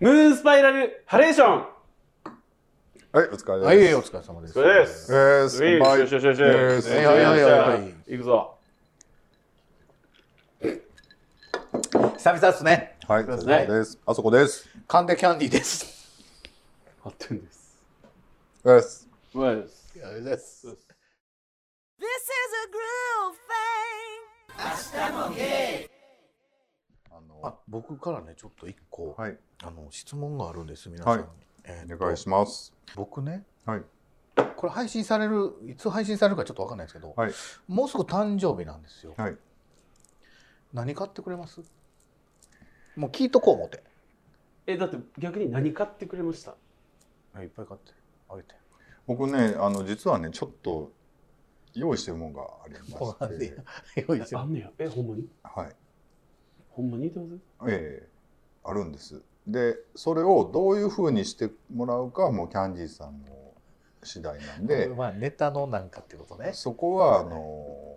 ムーンスパイラルハレーションはい、お疲れです。はい、お疲れ様です。それですえーすウィー乾杯シュシュシュシえューシすュはいはいはいはいいくぞ久々ですね。はい、そうですお疲ねれ様です。あそこです。カンデキャンディーです。合ってんですです。うまいですあれです。 This is a groove あ thing. あの、僕からね、ちょっと一個、はい、あの質問があるんです、皆さんに。はいえーおっと願いします。僕ね、はい、これ配信される、いつ配信されるかちょっとわかんないですけど、はいもうすぐ誕生日なんですよ。はい。何買ってくれますもう聞いとこう思って。えだって逆に何買ってくれましたいっぱい買ってあげて。僕ね、あの、実はね、ちょっと用意してるものがありそうまなんしてで。、用意して あんねやえほんまにはい、ほんまに言ってますえー、あるんです。で、それをどういう風にしてもらうかはもうキャンディーさんの次第なんで、まあネタのなんかってことね。そこはあのー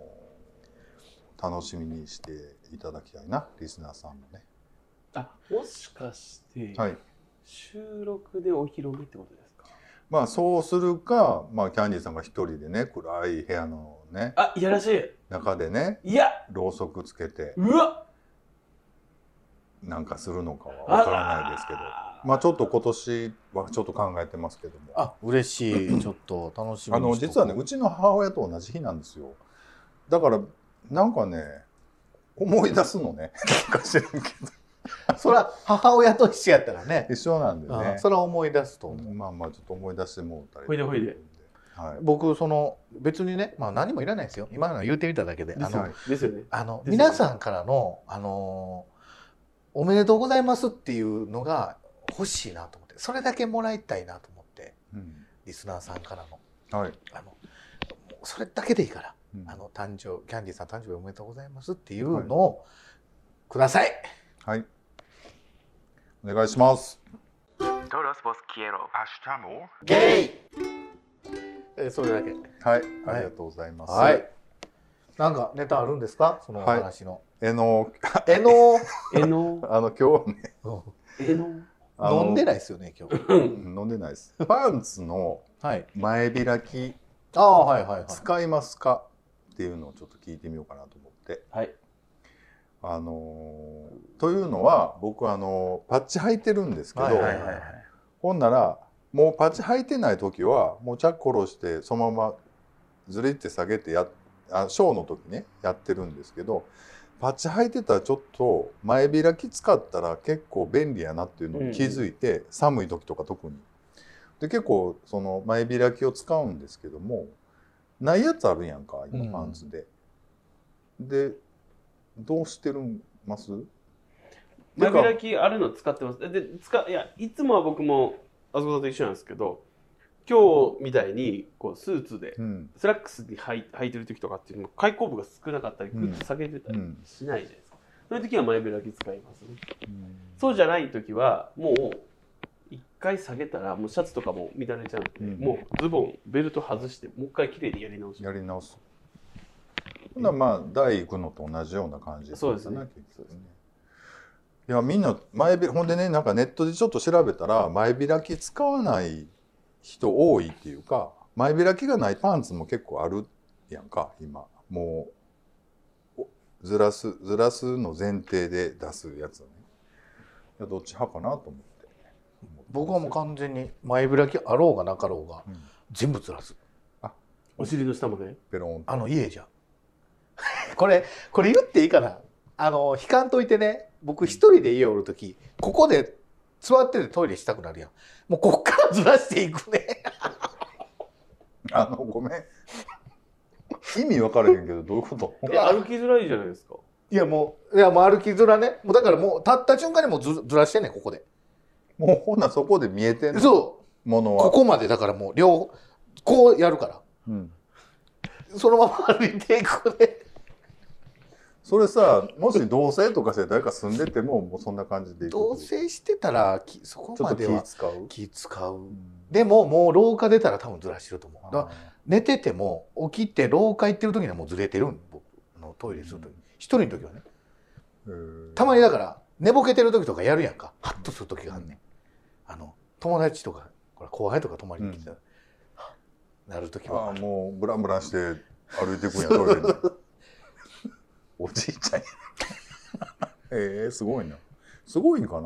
楽しみにしていただきたいな、リスナーさんもね。あもしかしてはい。収録でお披露目ってことですかまあそうするか、まあ、キャンディーさんが一人でね暗い部屋のねあいやらしい中でねいやろうそくつけてうわなんかするのかはわからないですけどまあちょっと今年はちょっと考えてますけどもああ、嬉しい。ちょっと楽しみにしとこうの実はねうちの母親と同じ日なんですよだからなんかね思い出すのね なんか知らんけどそれは母親と一緒やったらね、一緒なんであねあそれは思い出すと思う、まあまあちょっと思い出してもうたりほいでほいではい僕その別にね、まあ、何もいらないですよ今のは言うてみただけであはのいですよねあのですよね皆さんからの、あのーおめでとうございます」っていうのが欲しいなと思ってそれだけもらいたいなと思ってうんリスナーさんからのはいあのもうそれだけでいいからうん「あの誕生キャンディーさん誕生日おめでとうございます」っていうのをください、はいお願いします Todos vos quiero. Hasta more. ゲイえそれだけはい、ありがとうございます。はい。なんかネタあるんですかそのおはい話の。えの、 えのえのあの、今日はね、えのあの飲んでないですよね今日。飲んでないです。パンツのはい。前開き、ああはいはいはい。使いますかっていうのをちょっと聞いてみようかなと思って。はいあのーというのは、僕、あのーパッチ履いてるんですけど、はいはいはいはい。ほんなら、もうパッチ履いてない時は、もうチャック下ろして、そのままずりって下げてやっあショーの時ねやってるんですけどパッチ履いてたらちょっと前開き使ったら結構便利やなっていうのに気づいて、寒い時とか特に。で結構その前開きを使うんですけどもないやつあるやんか今パンツで。でどうしてるんます前なんか開きあるの使ってますで使いやいつもは僕もあそこさんと一緒なんですけど今日みたいにこうスーツでうんスラックスで履い履いてる時とかっていうのも開口部が少なかったりうグんッと下げてたうりんしないじゃないですか、そういう時は前開き使いますねそうじゃない時はもう一回下げたらもうシャツとかも乱れちゃうんで、うんもうズボンベルト外してもう一回綺麗にやり直しやり直す。ほんならまあ台行くのと同じような感じだったそうですねな結局ねいやみんな前びほんでねなんかネットでちょっと調べたら前開き使わない人多いっていうか前開きがないパンツも結構あるやんか今もうおずらすずらすの前提で出すやつをねいやどっち派かなと思って僕はもう完全に前開きあろうがなかろうがうん全部ずらす。お尻の下までペロンあの家じゃ。 これこれ言っていいかな。あの悲観といてね。僕一人で家おるときここで座っててトイレしたくなるやん。もうこっからずらしていくね。 あのごめん意味分からへんけどどういうことえ歩きづらいじゃないですかいやもういやもう歩きづらね。もうだからもう立った瞬間にもうずずらしてんねんここで。もうほなそこで見えてんのそうものはここまでだからもう両方こうやるからうんそのまま歩いていく ねそれさもし同棲とかして誰か住んでてももうそんな感じでいく同棲してたらきそこちょっまとで気は使う気使ううんでももう廊下出たら多分ずらしてると思うだあから寝てても起きて廊下行ってる時にはもうずれてるん僕のトイレする時、うん一人の時はねーへーたまにだから寝ぼけてる時とかやるやんかハッとする時があんねん、あの友達とかこれ後輩とか泊まりに来たら、なる時あはあもうブランブランして歩いていくんやトイレに おじいちゃんや ええすごいなすごいんか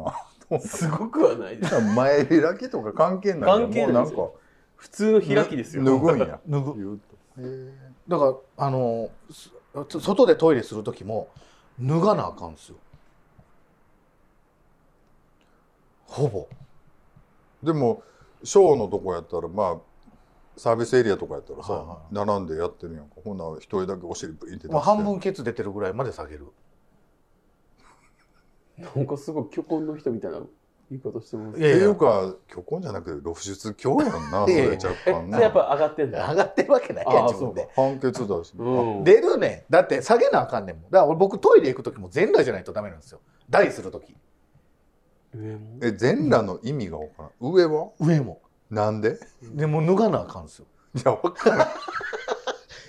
なすごくはないです。前開きとか関係ないや関係ないもうですなんかよ普通の開きですよ。脱ぐんや脱ぐ言うとえだからあのす外でトイレする時も脱がなあかんですよほぼえでもショーのとこやったらまあサービスエリアとかやったらさ、はいは並んでやってるやんかほんなら一人だけお尻ブインって出してまあ、半分ケツ出てるぐらいまで下げるなんかすごい虚婚の人みたいな言い方してます。いってやいいやうか虚婚じゃなくて露出狂やんなそいやいれや若え、干そなれやっぱ上がってんだ。上がってるわけないや んああ自分で判決だし、うん。出るねんだって下げなあかんねんもんだから俺僕トイレ行く時も全裸じゃないとダメなんですよ大する時上もえ全裸の意味が分からん上は上もなんででも脱がなあかんですよいや分からん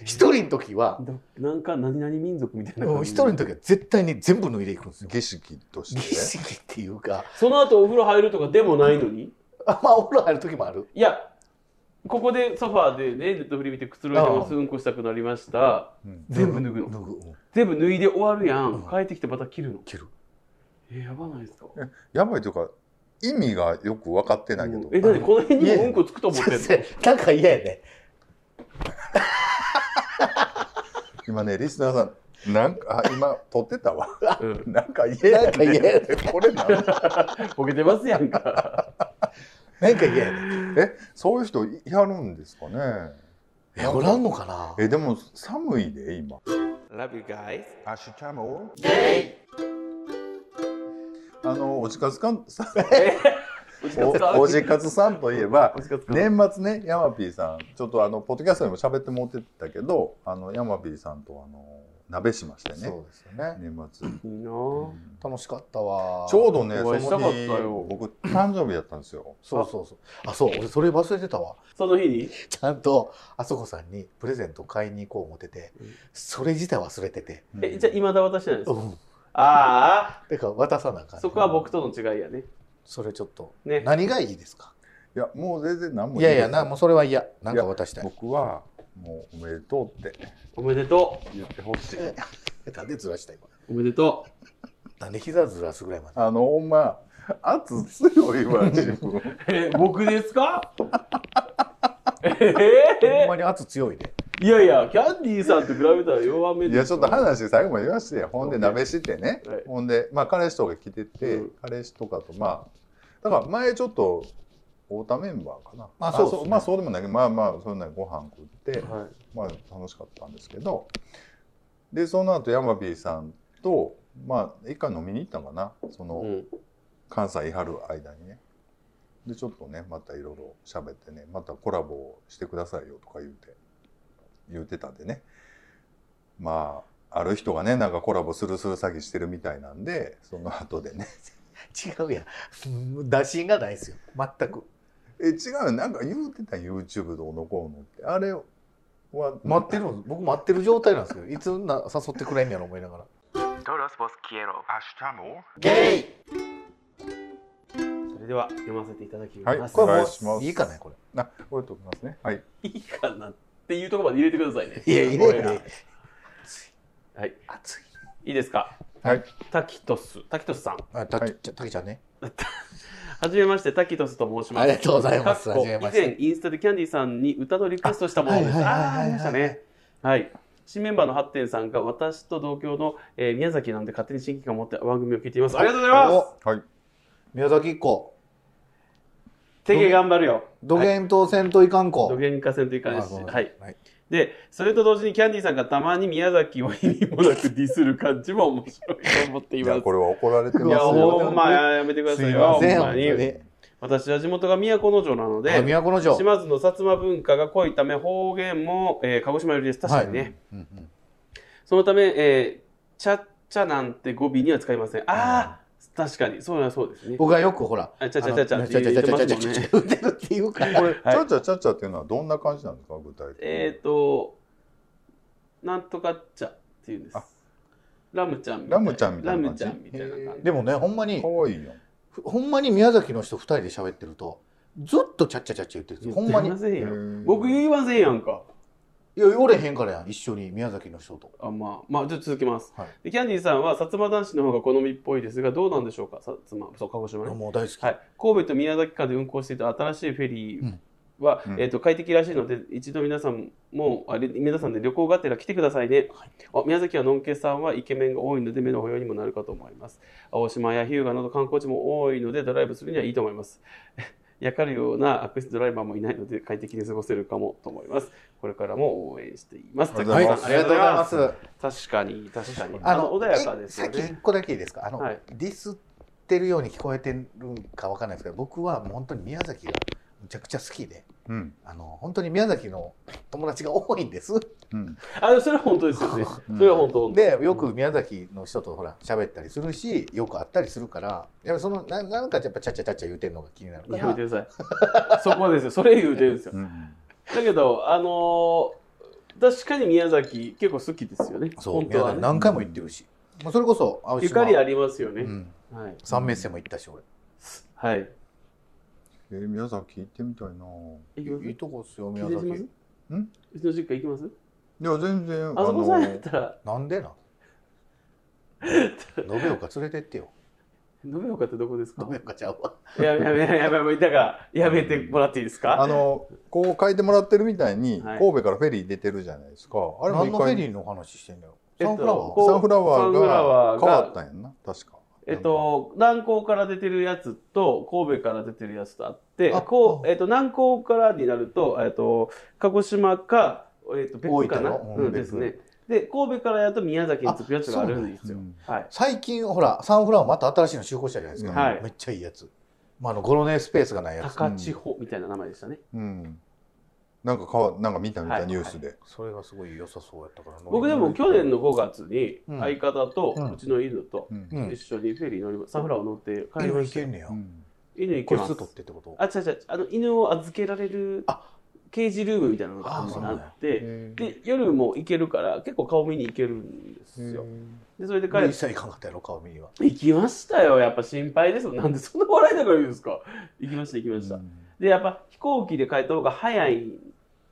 一人の時はどなんか何々民族みたいなうん感一じ。人の時は絶対に全部脱いでいくんですよ儀式として儀式っていうかその後お風呂入るとかでもないのに。あまあお風呂入る時もあるいや、ここでソファーでね、ネットフリ見てくつろいでます、うんこしたくなりました。うん全部脱ぐの脱ぐうん全部脱いで終わるやうんん。帰ってきてまた切るの。切るえ、やばないですかやばいというか意味がよく分かってないけど、うんえ、なにこの辺にもうんこつくと思ってんの先生なんか嫌やね今ねリスナーさんなんかあ今撮ってたわ うんなんか言えなんか嫌 やねこれなんボケてますやんか。なんか嫌やねえそういう人やるんですかねえおらんのかなえでも寒いで今 Love you guys. 明日もあのおじかつかんさんお時間使うおおじかつさんといえばお時間使う年末ねヤマピーさんちょっとあのポッドキャストでも喋ってもってたけどあのヤマピーさんとあの鍋しましてねそうですよね年末、いいなうぁん楽しかったわちょうどねお会いしそたかのった日よ僕誕生日やったんですよそうそうそうあそう俺それ忘れてたわその日にちゃんとあそこさんにプレゼント買いに行こう思っててうんそれ自体忘れててえ、じゃあ未だ渡してないですうかんあだから渡さなあかんあ、ねそこは僕との違いやね。それちょっとね。何がいいですかいやもう全然何もいやいでやすなもうそれは嫌なんか渡したい僕はもうおめでとうっておめでと言ってほしいなんでずらした今う。おめでとなんで膝ずらすぐらいまであのほんま圧強いわ自分う。え、僕ですかえほんえまに圧強いねいやいや、キャンディーさんと比べたら弱めいやちょっとは話最後まで言わせてよほんで鍋してね、はいほんでまあ彼氏とか来てて、うん彼氏とかとまあだから前ちょっと太田メンバーかなあそうですねまあそうでもないけどまあまあそんなにご飯食って、はまあ、楽しかったんですけどでその後ヤマビーさんとまあ一回飲みに行ったのかなその、い。うん。関西いはる間にねでちょっとねまたいろいろ喋ってねまたコラボしてくださいよとか言うて言うてたんでねまあある人がねなんかコラボするする詐欺してるみたいなんでその後でね 違うやん打診がないですよ全くえ違うよなんか言うてた YouTube どうのこうのってあれは待ってるん僕待ってる状態なんですけどいつな誘ってくれんやろ思いながら Todos vos quiero. Hasta mo. ゲイそれでは読ませていただきはいます。おこれ願いしもまうすいいかねこれなこれときますねはいいいかなっていうところまで入れてくださいね。いやいやいやすごなはい。熱いいいですかはいタキトス。タキトスさん。あたはいちゃたけちゃんねはじめまして、タキトスと申します。ありがとうございますかっこはじめま以して前、インスタでキャンディさんに歌のリクエストしたものです。あはいああー、はあいはいはいりましたね。はい。新メンバーのハッテンさんが私と同郷の、えー宮崎なんで勝手に親近感を持って番組を聞いています。ありがとうございますおはい宮崎っ子手芸頑張るよ。土幻とせんといかんど子げんかせんといかないあし。ごめんはなさいい。はいで、それと同時にキャンディさんがたまに宮崎を意味もなくディスる感じも面白いと思っていいまやす。これは怒られてますいや、よほんまやめてくださいすいまよ。せんほんま本当に。に私は地元が都の城なのあで、都の城島津の薩摩文化が濃いため方言も、えー鹿児島よりです。確かにね。うんうんそのため、えー、ちゃっちゃなんて語尾には使いません。ああ、確かに。そうなそうですね。僕はよくほらあちゃちゃちゃちゃあのってちゃちゃちゃちゃちゃちゃ言って言ってるっていうかこれ、はいちゃちゃちゃちゃっていうのはどんな感じなんですか具体的にえっ、ー、と、なんとかっちゃっていうんですあ。ラムちゃんみたいラムちゃんみたいラな感ムちじゃんみたいな感じ。でもねほんまにかわいいやんふほんまに宮崎の人2人で喋ってるとずっとちゃっちゃちゃっちゃ言ってるんですよほんまに言ってませんよ。僕僕言いませんやんか。いやおれへんからやん一緒に宮崎の人とあまあ、まあ、じゃあ続きます、はいでキャンディーさんは薩摩男子の方が好みっぽいですがどうなんでしょうか薩摩そう鹿児島ね、もう大好き、はい、神戸と宮崎間で運航していた新しいフェリーは、うんえー、と快適らしいので一度皆さんもあれ皆さんで旅行がてら来てくださいね、あ宮崎はのんけさんはイケメンが多いので目の保養にもなるかと思います青島や日向など観光地も多いのでドライブするにはいいと思います やかるような悪質ドライバーもいないので快適に過ごせるかもと思いますこれからも応援していますありがとうございますということであ確かに確かにああのの穏やかですよえさっきね1個だけいいですかあの、はいディスってるように聞こえてるかわかんないですけど僕はもう本当に宮崎がむちゃくちゃ好きでうんあの本当に宮崎の友達が多いんですうんあのそれは本当ですよね うんそれは本当でよく宮崎の人とほら喋ったりするしよく会ったりするからやっぱそのななんかやっぱちゃっちゃちゃっちゃ言うてんのが気になるかやめらてくださいそこですよそれ言うてるんですようんだけどあのー確かに宮崎結構好きですよねそう本当宮は崎ね何回も行ってるし、もうそれこそ青島ゆかりありますようね、ん、はい三名線も行ったし俺はいえー宮崎行ってみたいな。行きますいいとこっすよ宮秀島さん崎うちの実家行きますいや全然あそこさんやったらなん でな延岡連れてってよ延岡ってどこですか延岡ちゃうわやめやめやめやめやめだからやめてもらっていいですかあのこう書いてもらってるみたいに、はい神戸からフェリー出てるじゃないですか。あれも何一のフェ回リーの話してんだよえっサとンフラワこーうサンフラサンフラワワーーがが変わったんやんな確か。えっと、南港から出てるやつと神戸から出てるやつとあってあこうう、えっと、南港からになると,、えっと鹿児島か、えっと、別府かな、大分のううんん別です府ねで神戸からやると宮崎に着くやつがあるんですよあそうなん、はい、最近ほらサンフラワーまた新しいの就航したじゃないですか、はいめっちゃいいやつ、まあ、あのゴロネースペースがないやつ高千穂みたいな名前でしたね、うん。うんなんか変わなんか見た見はたいニュースで。それがすごい良さそうやったから僕でも去年の5月にうん相方とうんうちの犬とうんうん一緒にフェリー乗りまサンフラワー乗って帰り今まいしたけよんねや、うん犬行個けま室す取ってってことあ違う違うあの犬を預けられるあケージルームみたいなのがああそうなんやってで夜も行けるから結構顔見に行けるんですよ。でそれで帰でっ一切行かんかったやろ顔見には行きましたよやっぱ心配ですもんなんでそんな笑いながら言うんですか行きました行きました、でやっぱ飛行機で帰った方が早い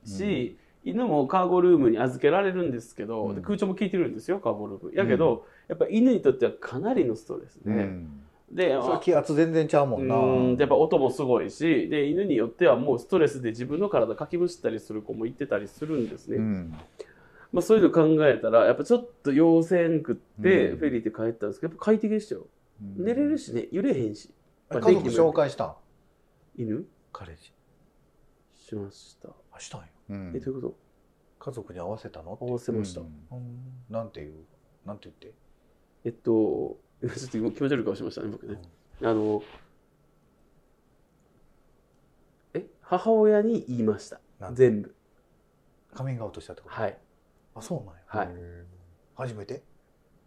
し、犬もカーゴルームに預けられるんですけど、うんで空調も効いてるんですよカーゴルームやけど、やっぱ犬にとってはかなりのストレスうで、んでそれ気圧全然ちゃうもんなうんやっぱ音もすごいしで犬によってはもうストレスで自分の体かきむしったりする子もいてたりするんですね、うんまあ、そういうの考えたらやっぱちょっと要せんくってうんフェリーで帰ったんですけどやっぱ快適でしたよ寝れるしね揺れへんしえ家族紹介したん犬彼氏しましたあしたんようんえどういうこ家族に合わせたのってと合わせました、うんうんなんていうなんて言ってえっと ちょっと今気持ち悪い顔しましたね僕ねあのえ母親に言いましたなんて全部カミングアウトしたってことはいあそうなんやはい初めて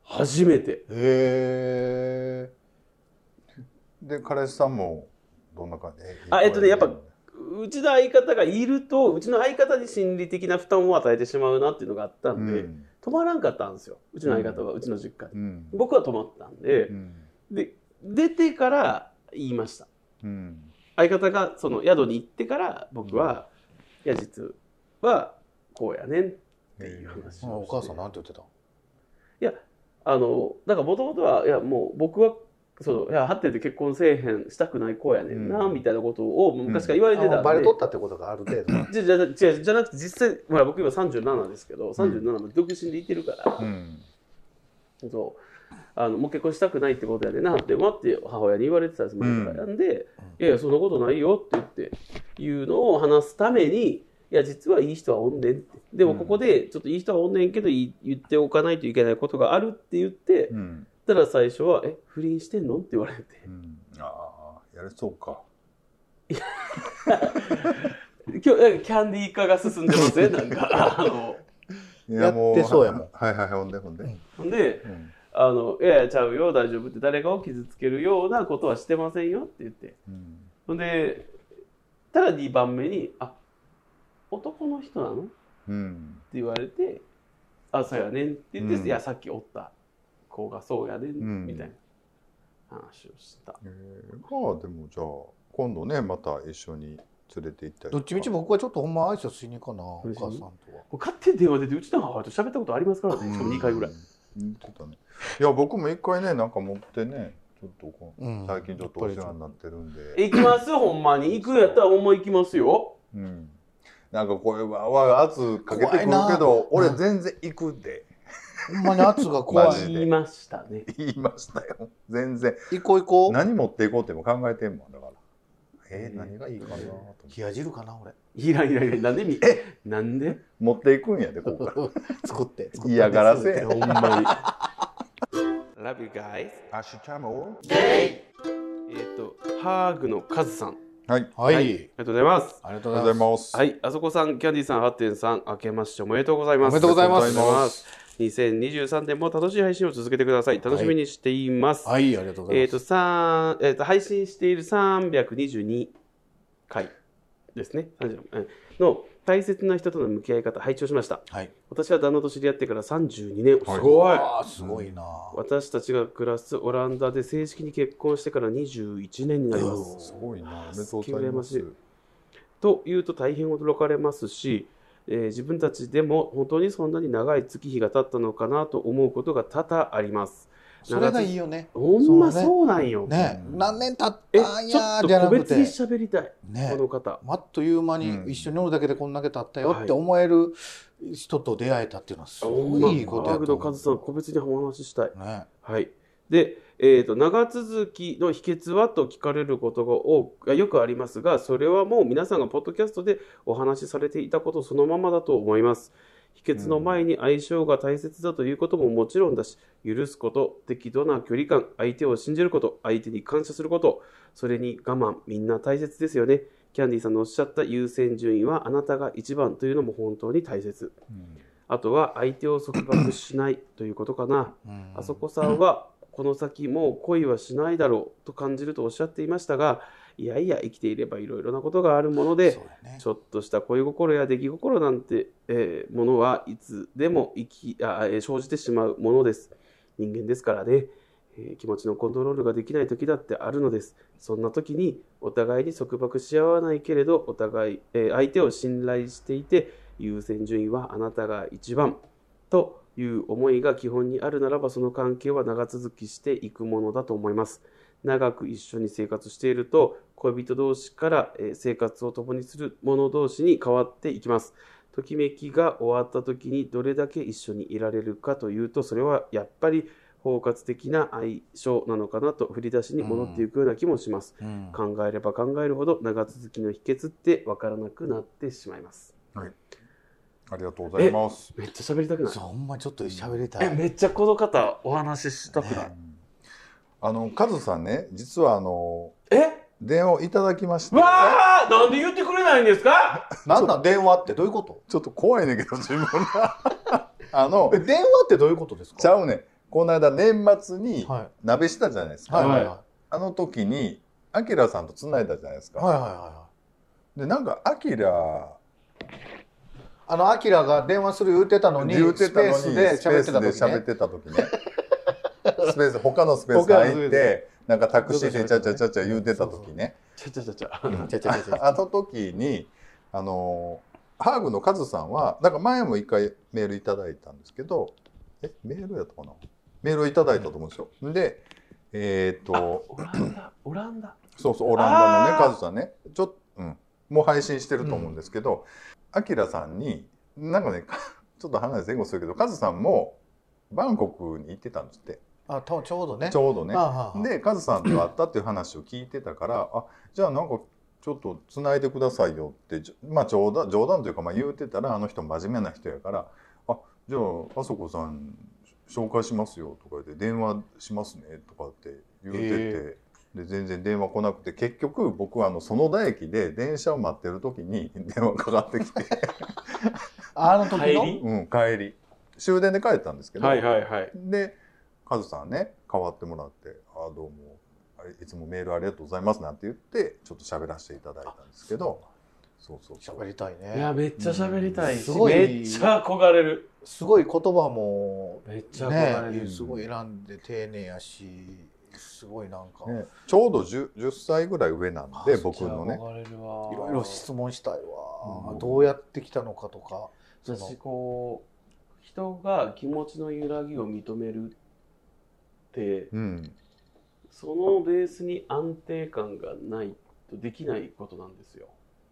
初めてへえで彼氏さんもどんな感じ？あえっとねやっぱうちの相方がいるとうちの相方に心理的な負担を与えてしまうなっていうのがあったうんで、ん泊まらんかったんですようちの相方が、うちの実家でうん僕は泊まったんでう、んで出てから言いましたうん相方がその宿に行ってから僕は「いや実はこうやねん」っていう話をしてお母さんなんて言ってたあのだからもともとはいやもう僕はそのいやハッテルで結婚せえへんしたくない子やねんな、うんみたいなことを昔から言われてたんで、あバレとったってことがある程度じゃじゃじゃじゃなくて実際ほら僕今37ですけど37まで独身でいてるから、うんそうあのもう結婚したくないってことやねんなって待って母親に言われてたんです前からなんで、いやいやそんなことないよって言っていうのを話すためにいや実はいい人はおんねんってでもここでちょっといい人はおんねんけど言い言っておかないといけないことがあるって言って、うんたら最初は「え不倫してんの?」って言われてうんああやれそうか。今日なんかキャンディー化が進んでますね なんかあのいやってそうやもんうはいはいはいほんでほんで。うんほんでうん「あのいやいやちゃうよ大丈夫」って誰かを傷つけるようなことはしてませんよって言ってうんほんでたら2番目に「あ男の人なの?」ってうん言われて「あそうやねん」って言って「うんいやさっきおった子がそうやねん」んみたいな話をした。えー、まあでもじゃあ今度ねまた一緒に連れて行ったり どっちみちも僕はちょっとほんま挨拶しに行かな、お母さんとは。これ勝手に電話出てうちの母親と喋ったことありますからね。しかも2回ぐらい。言ってたねいや僕も一回ねなんか持ってねちょっとこううん最近ちょっとお世話になってるんで、行きますほんまに。行くやったらほんま行きますよ。うん、なんかこれわわ圧かけてくるけど怖俺いな全然行くでほんまに圧が怖マジ でい。言いましたね。 言いましたよ全然行こう行こう。何持っていこうっても考えてんもんだからえうんー、何がいいかなと思って冷や汁かな、俺。 いらんいらんいらん。なんでみ、なんで持っていくんやでここから作って。作って嫌がらせほんまに。Love you guys. 明日もえっ、と、ハーグのカズさん。あはいははい。いありりがとうございます。がとおうはようござございいます。ます、はい、あそこさん、キャンディーさん、ハッテンさん、明けましておめでとうございます。おめでとうございますありがとうございます。2023年も楽しい配信を続けてください。楽しみにしています。はい、ありがとうございえっ、まと、す。さん、えっ、と、配信している322回ですね。30うんの大切な人との向き合い方、拝聴しました。はい。私は旦那と知り合ってから32年。はいああ、すごいな。私たちが暮らすオランダで正式に結婚してから21年になります。すごいなおめでとうございま好きす羨ましいというと大変驚かれますし、えー自分たちでも本当にそんなに長い月日が経ったのかなと思うことが多々あります。それがいいよね。ほんまそうねそうなんよ。ね、うん何年経え、ったんちょやっーとじゃな個く別にて、喋りたい、ねこ、の方。あっという間にうん一緒におるだけでこんだけ経ったよはっいて思える人と出会えたっていうのはすごいいいことハやーグとの思カズさん、う。個別にお話ししたい。ね、はい。で、えー、と長続きの秘訣はと聞かれることが多くよくありますが、それはもう皆さんがポッドキャストでお話しされていたことそのままだと思います。秘訣の前に相性が大切だということももちろんだし、許すこと、適度な距離感、相手を信じること、相手に感謝すること、それに我慢、みんな大切ですよね。キャンディーさんのおっしゃった優先順位はあなたが一番というのも本当に大切。あとは相手を束縛しないということかな。うんあそこさんはこの先もう恋はしないだろうと感じるとおっしゃっていましたがいやいや生きていればいろいろなことがあるものでそうやねちょっとした恋心や出来心なんて、えーものはいつでも生きあえー生じてしまうものです人間ですからね、えー気持ちのコントロールができない時だってあるのですそんな時にお互いに束縛し合わないけれどお互い、えー相手を信頼していて優先順位はあなたが一番という思いが基本にあるならばその関係は長続きしていくものだと思います長く一緒に生活していると恋人同士からえー生活を共にする者同士に変わっていきますときめきが終わった時にどれだけ一緒にいられるかというとそれはやっぱり包括的な相性なのかなと振り出しに戻っていくような気もします、うん考えれば考えるほど長続きの秘訣って分からなくなってしまいますありがとうございますめっちゃ喋りたくないそうほんまちょっと喋りたえい。めっちゃこの方お話ししたくない、あのカズさんね実はあのえ電話をいただきましてわあなんで言ってくれないんですかなんなん電話ってどういうこと？ちょっと怖いねんけど自分が あのえ電話ってどういうことですか？ちゃうねんこの間年末には鍋したじゃないですいか、はいはいはいはあの時にアキラさんとつないだじゃないですか、はいはいはい。でなんかアキラあのアキラが電話する言ってたのに言うてスたペのーにスで喋ってスたペースで喋っ時ね。てた時ね スペース他のスペースが入ってなんかタクシーでちゃちゃちゃちゃ言うてた時ねちゃちゃちゃちゃちゃちゃちゃち ゃあの時にあのハーグのカズさんはなんか前も一回メールいただいたんですけどえメールやったかなメールをいただいたと思うんですよ、でえーっとオランダオランダそうそうオランダのねあーカズさんねちょっと、うん、もう配信してると思うんですけどアキラさんになんかね かちょっと話前後するけどカズさんもバンコクに行ってたんですってあとちょうどね。ちょうどねあ。あああでカズさんと会ったっていう話を聞いてたからあじゃあなんかちょっとつないでくださいよってじょまあ冗談冗談というかまあ言うてたらあの人真面目な人やからあじゃああそこさん紹介しますよとか言って電話しますねとかって言うてて、へで全然電話来なくて結局僕はあの園田駅で電車を待ってる時に電話かかってきて、 あの時帰の。りうん、帰り終電で帰ったんですけど、はいはいでカズさんね代わってもらって「あどうもあれいつもメールありがとうございます」なんて言ってちょっと喋らせていただいたんですけどそうそうそう喋りたいいやね。めっちゃ喋りたいし、すごいめっちゃ憧れるすごい言葉もめっちゃ憧れねる、るすごい選んで丁寧やしすごいなんか、ね、ちょうど 10, 10歳ぐらい上なんであ僕のね憧れるわいろいろ質問したいわ、うんどうやってきたのかとかその私こう人が気持ちの揺らぎを認めるってうんそのベースに安定感がないとできないことなんですよ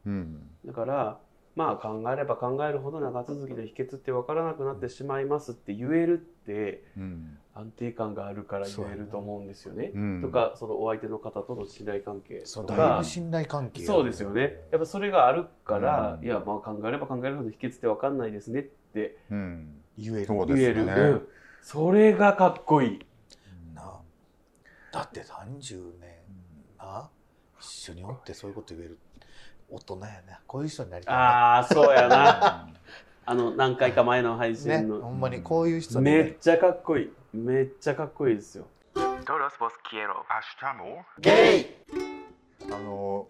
うんだからまあ考えれば考えるほど長続きの秘訣って分からなくなってしまいますって言えるってうん安定感があるから言えると思うんですよねう。んとかそのお相手の方との信頼関係そとのだいかぶ信頼関係そうですよねやっぱそれがあるから、うんいやまあ考えれば考えるほど秘訣って分かんないですねってうん言えるそう言でえする、ねうんそれがかっこいい。なだって30年な一緒におってそういうこと言える大人やねこういう人になりたいなああそうやな あの何回か前の配ね信ほの、んまにこういう人にめねっちゃかっこいいめっちゃかっこいいですよ Todos vos quiero. Hasta amor. ゲイうんあの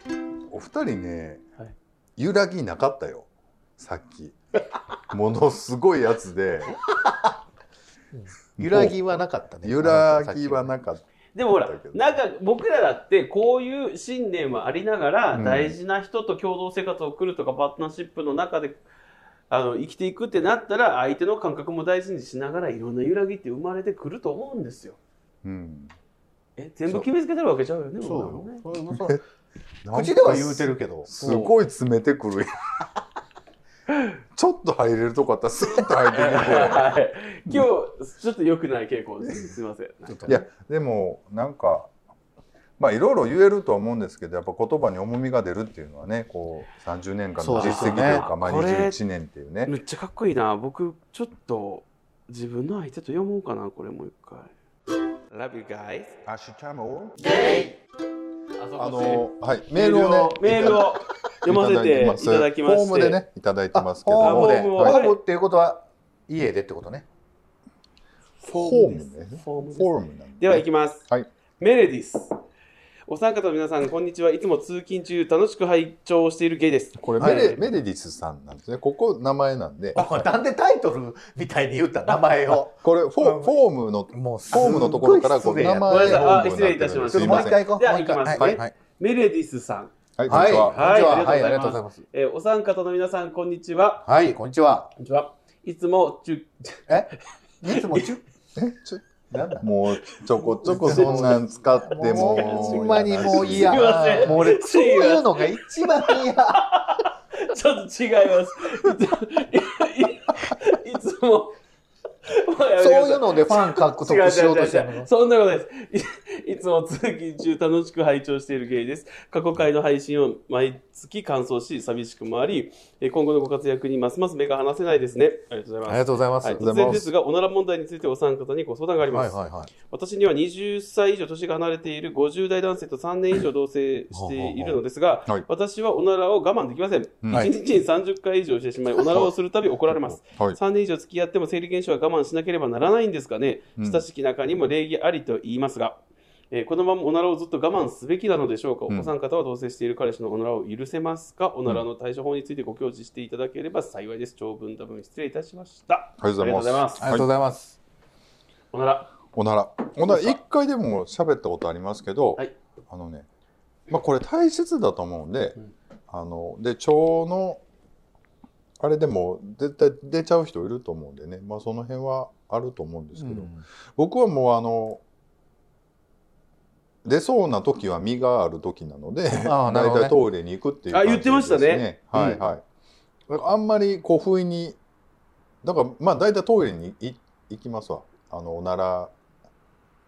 お二人ね、はい揺らぎなかったよさっきものすごいや つで揺らぎはなかったね揺らぎはなかかったでもほらだけどなんか僕らだってこういう信念はありながらうん大事な人と共同生活を送るとかパートナーシップの中であの生きていくってなったら相手の感覚も大事にしながらいろんな揺らぎって生まれてくると思うんですようんえ全部決めつけてるわけちゃうよねそう僕らもねよそうよなんか 口では言うてるけどすごい詰めてくる ちょっと入れるとこあったらスッと入ってきてはい今日ちょっと良くない傾向ですすいませんなんかいや でもなんかまあいろいろ言えるとは思うんですけどやっぱ言葉に重みが出るっていうのはねこう30年間そのう実ですね績というか毎こ日れ1年っていうねめっちゃかっこいいな僕ちょっと自分の相手と読もうかなこれもう一回 Love you guys Hasta amor. あの、はい、メールをねメールを読ませていただきましてフォームでねいただいてますけどホームであホームホをームっていうことは家でってことねフォームねフォームですフォームなんではいきまます、はいメレディスお三方の皆さんこんにちはいつも通勤中楽しく拝聴しているゲイですこれメはいレメレディスさんなんですねここ名前なんであなんでタイトルみたいに言った名前をこれフォーフォームのフ もうすォっごいームのところからこ失う礼や名前ごめんなさいあ本部になってるんで失礼いたしましちたょすっいともまうせ一ん回行こう。じゃあ行もう一回きますはねいはい。メレディスさん、はいこんはにちい、ははいこんにちありははい、があとうございりがとうございます。えーお三方の皆さんこんにちははい、こんにちは。こんにちはいつも中え、いつもちゅ、なんだもうちょこちょこそんなん使ってももうほんまにもうすい嫌ませんもう俺、すそういませんいうのが一番 嫌。ちょっと違います。いつい つも。もうやめてくださそういうのでファン違獲う違得しようとしてう違う違るうの。そんなことないです。いいつ も通勤中楽しく拝聴しているゲイです。過去回の配信を毎月感想し、寂しくもあり、えー今後のご活躍にますます目が離せないですね。ありがとうございます。とうございまはい、と突うござい然まですすが、おなら問題についてお三方にご相談があります。はいは私には20歳以上年が離れている50代男性と3年以上同棲しているのですが、はい私はおならを我慢できません。うん1日に30回以上してしまい、おならをするたび怒られます。はい3年以上付き合っても生理現象は我慢しなければならないんですかね。うん親しき中にも礼儀ありと言いますが、えーこのままおならをずっと我慢すべきなのでしょうか、うんお子さん方は同棲している彼氏のおならを許せますかおならの対処法についてご教示していただければ幸いです。長文多分失礼いたしました。ありがとうございます。ありがとうございます。おなら。おなら。おなら、一回でも喋ったことありますけど、はいあのね、まあこれ大切だと思うんで、んあの、で、腸の、あれでも絶対出ちゃう人いると思うんでね、まあその辺はあると思うんですけど、僕はもうあの、出そうな時は身がある時なので、ああなる 大ほど体ねトイレに行くっていう感じあ言ってましたねですはいはい。だからあんまりこう不意に、だからまあ大体トイレにい行きますわ。あのおなら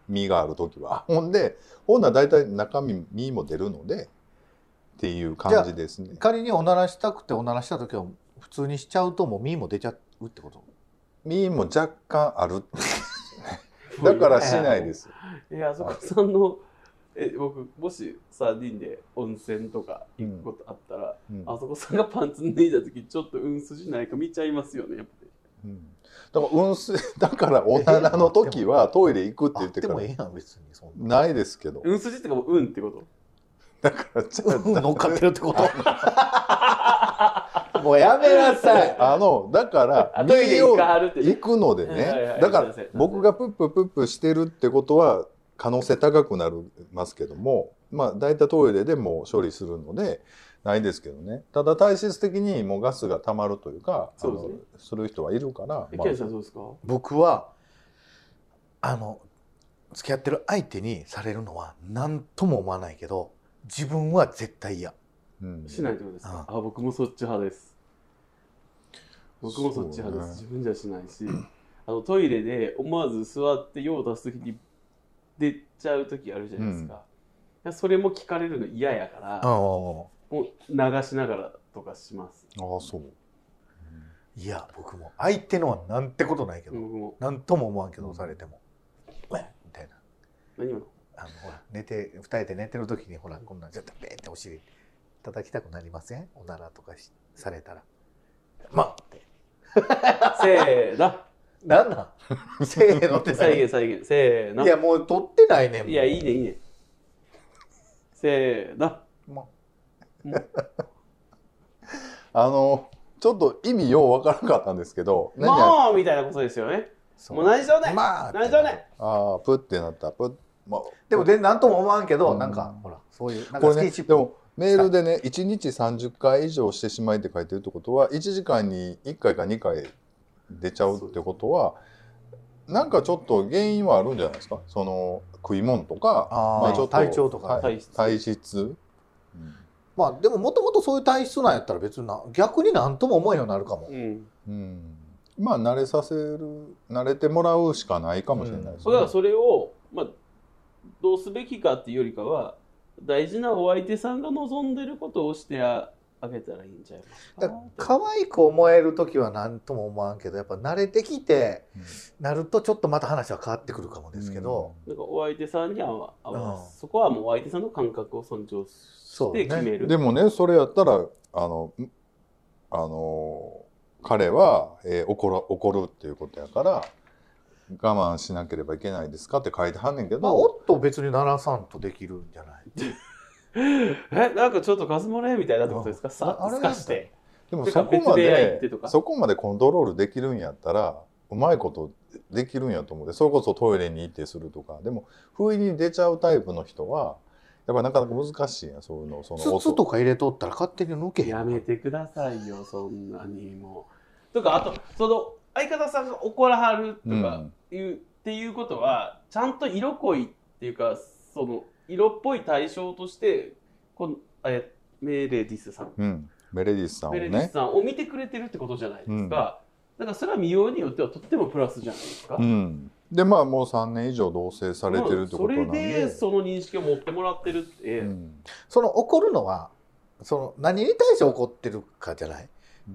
身がある時は。 ほんで、ほんなら大体中身身も出るのでっていう感じですね。仮におならしたくておならした時は普通にしちゃうともうミーも出ちゃうってこと。身も若干ある。だからしないです。えー、あそこさんの、え、僕、もしサーディンで温泉とか行くことあったら、うんあそこさんがパンツ脱いだ時ちょっとうんすしないか見ちゃいますよね、やっぱり。うんだからうんす、だからおならの時はトイレ行くってあ言っっててかもらええやん別にそんな。ないですけど。うんすじってかもううんってことだからじゃあうん 乗っかってるってこと。もうやめなさい。あの、だから、あトイレ行かはるってね身を行くのではいはいはねい。だかすいませんら、僕がプッププップしてるってことは、可能性高くなりますけども、まあ、大体トイレでもう処理するので、ないですけどね。ただ、体質的にもうガスが溜まるというか、そうですねあのする人はいるから、えまケあンさんどうですか僕はあの付き合ってる相手にされるのは何とも思わないけど自分は絶対嫌うんしないってことですかあ僕もそっち派です僕もそっち派です、そ自分じゃしないしあのトイレで思わず座って用を出す時に出ちゃう時あるじゃないですか、ういやそれも聞かれるの嫌やから、あもう流しながらとかしますああ、そう。いや僕も相手のはなんてことないけど、僕も何とも思わんけどうんされても「うわっみたいな何もあのほら寝て二人で寝てる時にほらこんなん絶対ペンってお尻叩きたくなりませんおならとかしされたら「まあ」って せーの「なんなん せーの」って再何現再現せーのいやもう取ってないねんもういやいいねいいねせーのまああの、ちょっと意味ようわからなかったんですけど、何やもうみたいなことですよねそうもう何しようねまあ何しようねああ、プってなった、プッ、まあ、でもで何とも思わんけど、うんなんかほらそういうなんこれかスキね、ンシッでプ、もメールでね、1日30回以上してしまいって書いてるってことは、1時間に1回か2回出ちゃうってことは、なんかちょっと原因はあるんじゃないですか、その食い物とか、あーちょっ体調とはかい体質体質、うんまあでももともとそういう体質なんやったら別にな逆に何とも思えんようになるかも、うんうんまあ、慣れさせる、慣れてもらうしかないかもしれないですそうだからそれを、まあ、どうすべきかっていうよりかは大事なお相手さんが望んでることをしてああげたらいいんちゃいますだかから可愛く思える時は何とも思わんけどやっぱ慣れてきてうんなるとちょっとまた話は変わってくるかもですけど、なんかお相手さんには合わ合わうんそこはもうお相手さんの感覚を尊重しそうねて決める、でもねそれやったらあのんあの彼は、えー怒ら怒るっていうことやから我慢しなければいけないですかって書いてはんねんけまあおど、っと別にならさんとできるんじゃないえなんかちょっとガス漏れみたいなってことですかさあああれすかしてでもてそかこ別までやでってとかそこまでコントロールできるんやったらうまいことできるんやと思うでそれこそトイレに行ってするとかでも不意に出ちゃうタイプの人はやっぱなかなか難しいやんそういうのその筒とか入れとったら勝手に抜けへんやめてくださいよそんなにもうとかあとその相方さんが怒らはるとうんかいう、っていうことはちゃんと色濃いっていうかその色っぽい対象としてこのえメレディスさん、うん、メレディスさんをメレディスね、さんを見てくれてるってことじゃないですか、だからそれは見ようによってはとってもプラスじゃないですか、うん、でまあもう3年以上同棲されてるってことなんそれでその認識を持ってもらってるって、うんその怒るのはその何に対して怒ってるかじゃない、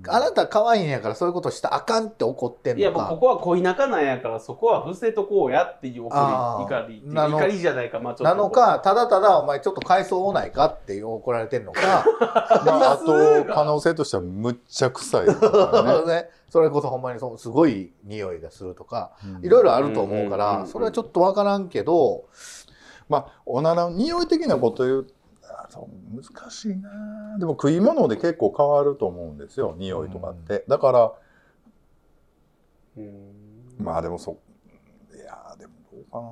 あなた可愛いんやからそういうことしたらあかんって怒ってんいやのもうかここは恋仲なんやからそこは伏せとこうやっていうあ怒り怒ーりっていうなの怒りじゃないかまあちょっとなのかただただお前ちょっと回想ないかって怒られてん のか、まあ、あと可能性としてはむっちゃ 臭いとかね、それこそほんまにそうすごい匂いがするとかね、いろいろあると思うかうんうんうんらうんそれはちょっとわからんけどまあおなら匂い的なこと言うあそう難しいなでも食い物で結構変わると思うんですよ匂いとかって、だからうんまあでもそいやでもどうかな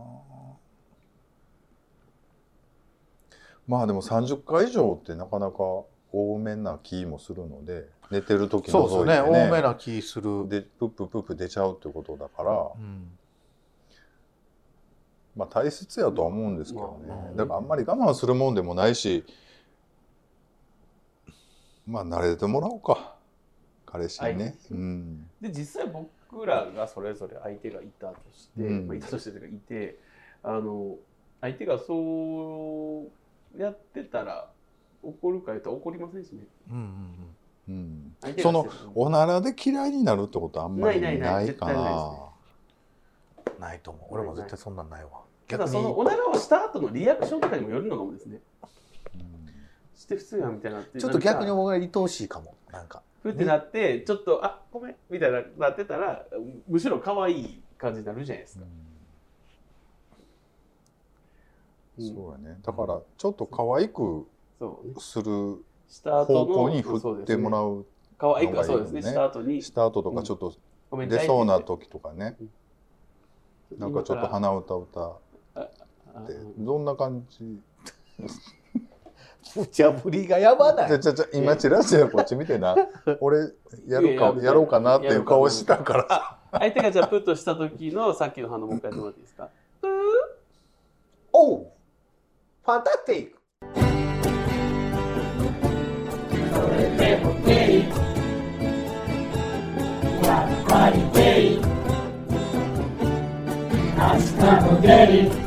まあでも30回以上ってなかなか多めな気もするので寝てる時そうのですよぞいねて多めな気する、でプッププップ出ちゃうってことだから、うんまあ大切やとは思うんですけどね、まあまあねだからあんまり我慢するもんでもないしまあ慣れてもらおうか彼氏にはいね、うん、で実際僕らがそれぞれ相手がいたとして、うんまあ、いたとしてというかいてあの相手がそうやってたら怒るか言ったら怒りませんしねうんうんううんん、相手がそのおならで嫌いになるってことはあんまりないないないないかな絶対ないですねないと思う俺も絶対そんなんないわた逆だにそのおならをした後のリアクションとかにもよるのかもですねして普通やんみたいなってちょっと逆になんか僕が愛おしいかもなんかふってなってちょっとあごめんみたいななってたらむしろ可愛い感じになるじゃないですか、うんうんそうやねだからちょっと可愛くそうねするした方後の向に振ってもらうう可愛くはそうですねのしたがいいよね後にした後とかちょっとごめん出そうな時とかね、うんなんかちょっ今かとら鼻歌歌あってどんな感じ無茶ぶりがやばないじゃ。じゃじゃ今チラチラこっち見て な俺やるかやろうかなっていう顔したからあ相手がじゃあプッとした時のさっきの反応もう一回やってもらっていいですかおうファンタスティック明日もデリ